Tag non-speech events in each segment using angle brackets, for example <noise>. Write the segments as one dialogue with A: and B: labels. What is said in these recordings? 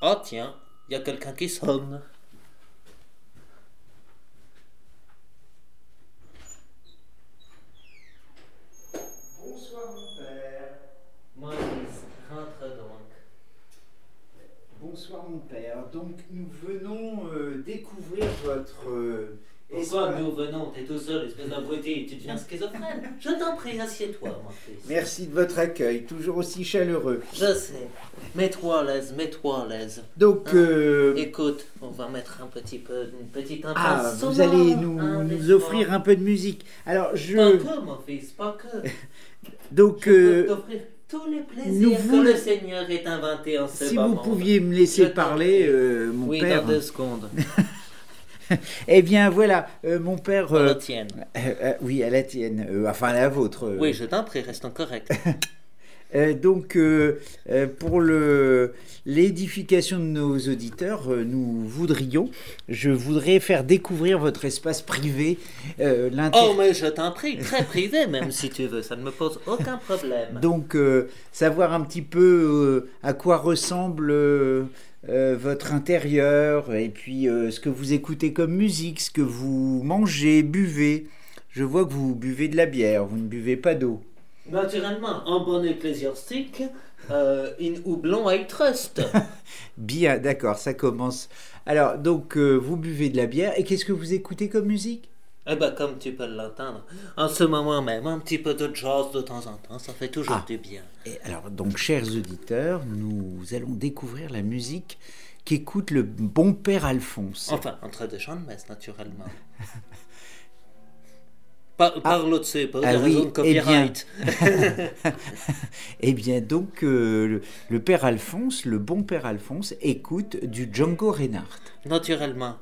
A: Ah, tiens, il y a quelqu'un qui sonne.
B: Bonsoir mon père.
A: Maurice, rentre donc.
B: Bonsoir mon père. Donc nous venons euh, découvrir votre euh,
A: Pourquoi
B: espace.
A: nous venons T'es tout seul, espèce d'abruti. Tu deviens schizophrène. Je t'en prie, assieds-toi, mon fils.
B: Hein? Merci de votre accueil, toujours aussi chaleureux.
A: Je sais. Mets-toi à l'aise, mets-toi à l'aise.
B: Donc
A: Hein
B: euh,
A: Écoute, on va mettre un petit peu, une petite
B: ah,
A: impasse.
B: vous
A: sonore,
B: allez nous,
A: un
B: nous
A: laisse-moi.
B: offrir un peu de musique. Alors
A: Pas
B: je
A: que, mon fils, pas que.
B: donc
A: Je
B: euh,
A: peux t'offrir tous les
B: nous
A: plaisirs
B: voulons-
A: que le Seigneur est inventé en ce
B: si
A: bas
B: vous
A: monde.
B: pouviez me
A: Je
B: laisser
A: t'en
B: parler,
A: prie.
B: euh, mon
A: oui,
B: père. Euh,
A: dans deux secondes.
B: Eh bien voilà, euh, mon père.
A: Dans
B: euh,
A: la tienne.
B: euh, euh, oui, à la tienne, euh, enfin à la vôtre. euh.
A: Oui, je t'en prie, restons corrects.
B: Euh, donc, euh, euh, pour le- l'édification de nos auditeurs, euh, nous voudrions, je voudrais faire découvrir votre espace privé, euh, l'inter-
A: Oh, mais je t'en prie, très privé même si tu veux, ça ne me pose aucun problème.
B: Donc, euh, savoir un petit peu euh, à quoi ressemble euh, euh, votre intérieur, et puis euh, ce que vous écoutez comme musique, ce que vous mangez, buvez. Je vois que vous buvez de la bière, vous ne buvez pas d'eau.
A: Naturellement, en bon ecclésiastique, euh, in houblon I trust.
B: Bien, d'accord, ça commence. Alors, donc, euh, vous buvez de la bière, et qu'est-ce que vous écoutez comme musique
A: Eh ben, comme tu peux l'entendre, en ce moment même, un petit peu de jazz de temps en temps, ça fait toujours
B: Ah.
A: du bien.
B: Et alors, donc, chers auditeurs, nous allons découvrir la musique qu'écoute le bon père Alphonse.
A: Enfin, entre deux chants de messe, naturellement. <laughs> Par, Parle-tu, pour
B: Ah
A: des
B: oui,
A: raisons de
B: eh
A: copyright.
B: Eh bien, donc, euh, le, le père Alphonse, le bon père Alphonse, écoute du Django Reinhardt.
A: Naturellement.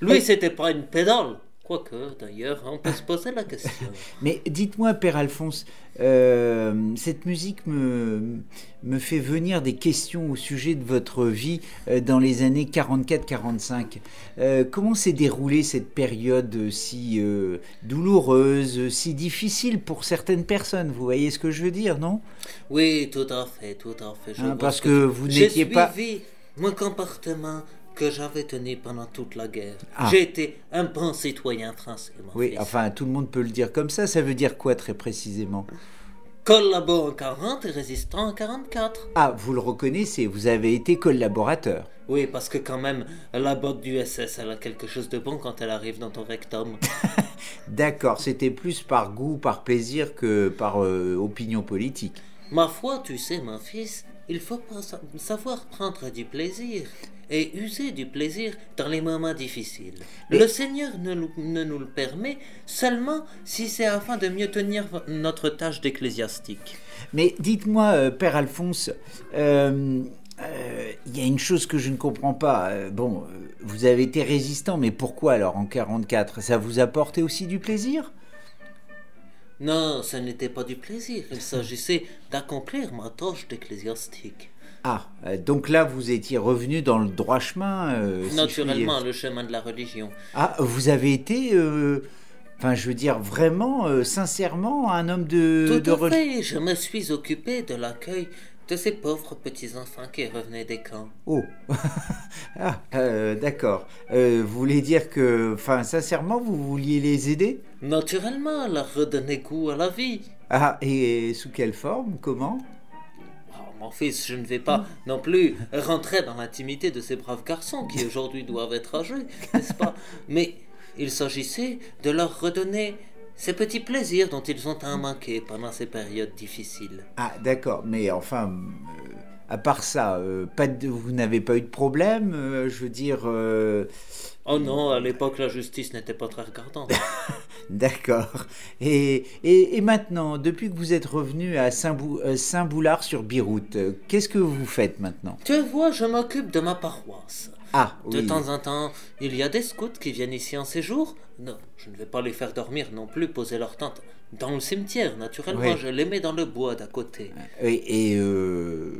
A: Lui,
B: Et-
A: c'était pas une pédale. Quoique, d'ailleurs, on peut se poser la question.
B: Mais dites-moi, père Alphonse, euh, cette musique me, me fait venir des questions au sujet de votre vie euh, dans les années 44-45. Euh, comment s'est déroulée cette période si euh, douloureuse, si difficile pour certaines personnes Vous voyez ce que je veux dire, non
A: Oui, tout à fait, tout à fait. je
B: Hein,
A: vois
B: Parce
A: ce
B: que vous
A: J'ai
B: n'étiez
A: suivi
B: pas...
A: mon comportement que j'avais tenu pendant toute la guerre.
B: Ah.
A: J'ai été un bon citoyen français, mon
B: Oui,
A: fils.
B: enfin, tout le monde peut le dire comme ça. Ça veut dire quoi très précisément
A: Collabore en 40 et résistant en 44.
B: Ah, vous le reconnaissez, vous avez été collaborateur.
A: Oui, parce que quand même, la botte du SS, elle a quelque chose de bon quand elle arrive dans ton rectum.
B: D'accord, c'était plus par goût, par plaisir que par euh, opinion politique.
A: Ma foi, tu sais, mon fils, il faut pas sa- savoir prendre du plaisir et user du plaisir dans les moments difficiles.
B: Mais-
A: Le Seigneur ne, nous- ne nous le permet seulement si c'est afin de mieux tenir vo- notre tâche d'ecclésiastique.
B: Mais dites-moi, euh, Père Alphonse, euh, euh, il y a une chose que je ne comprends pas. Euh, bon, euh, vous avez été résistant, mais pourquoi alors en 44 Ça vous apportait aussi du plaisir
A: Non, ce n'était pas du plaisir, il s'agissait d'accomplir ma tâche d'ecclésiastique.
B: Ah, euh, donc là, vous étiez revenu dans le droit chemin. euh, si je puis-
A: Naturellement, le chemin de la religion.
B: Ah, vous avez été, euh, enfin, je veux dire, vraiment, euh, sincèrement, un homme de... de
A: Tout à
B: reli-
A: fait, je me suis occupé de l'accueil de ces pauvres petits-enfants qui revenaient des camps.
B: Oh, <laughs> ah, euh, d'accord. Euh, vous voulez dire que, enfin, sincèrement, vous vouliez les aider
A: Naturellement, leur redonner goût à la vie.
B: Ah, et sous quelle forme Comment
A: Oh, mon fils, je ne vais pas non plus rentrer dans l'intimité de ces braves garçons qui aujourd'hui doivent être âgés, n'est-ce pas Mais il s'agissait de leur redonner ces petits plaisirs dont ils ont à manquer pendant ces périodes difficiles.
B: Ah, d'accord. Mais enfin, euh, à part ça, euh, pas de, vous n'avez pas eu de problème euh, Je veux dire, euh, <laughs>
A: Oh non, à l'époque, la justice n'était pas très regardante.
B: d'accord. Et, et, et maintenant, depuis que vous êtes revenu à Saint-Bou- euh, Saint-Boulard sur Biroute, euh, qu'est-ce que vous faites maintenant
A: tu vois, je m'occupe de ma paroisse.
B: Ah,
A: De
B: oui.
A: temps en temps, il y a des scouts qui viennent ici en séjour. Non, je ne vais pas les faire dormir non plus, poser leur tente dans le cimetière, naturellement.
B: Oui.
A: Je les mets dans le bois d'à côté.
B: Oui, et euh,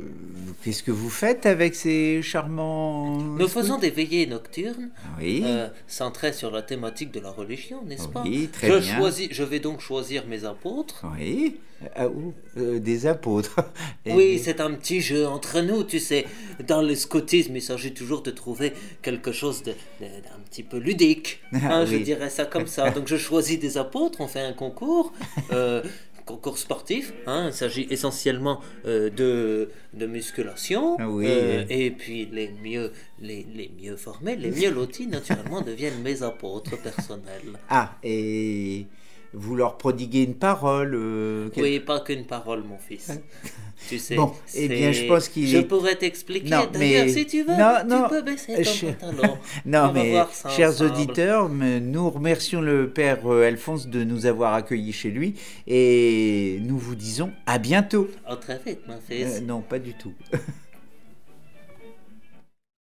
B: qu'est-ce que vous faites avec ces charmants
A: Nous faisons des veillées nocturnes
B: Oui. Oui.
A: euh, centré sur la thématique de la religion, n'est-ce pas
B: Oui, très
A: je,
B: bien.
A: choisis, je vais donc choisir mes apôtres.
B: Oui. Ah, ou, euh, des apôtres. <laughs> Et-
A: Oui, c'est un petit jeu entre nous, tu sais. Dans le scoutisme, il s'agit toujours de trouver quelque chose de- de- d'un petit peu ludique.
B: Ah
A: hein, Je
B: oui.
A: dirais ça comme ça. Donc je choisis des apôtres, on fait un concours. euh, concours sportif, hein, il s'agit essentiellement euh, de, de musculation
B: Ah oui.
A: Euh, et puis les mieux, les, les mieux formés, les mieux lotis naturellement deviennent mes apôtres personnels.
B: Ah, et vous leur prodiguez une parole. euh, quel- Hein?
A: Oui, pas qu'une parole, mon fils. Tu sais.
B: Bon, eh
A: c'est-
B: bien, je pense qu'il
A: Je
B: est-
A: pourrais t'expliquer.
B: Non,
A: D'ailleurs,
B: mais-
A: si tu veux,
B: Non,
A: tu
B: non,
A: peux baisser
B: euh,
A: ton
B: je-
A: pantalon. On
B: Non,
A: va
B: mais
A: voir ça
B: chers
A: ensemble.
B: auditeurs, me- nous remercions le Père euh, Alphonse de nous avoir accueillis chez lui et nous vous disons à bientôt.
A: Oh, très vite, mon fils.
B: Euh, non, pas du tout.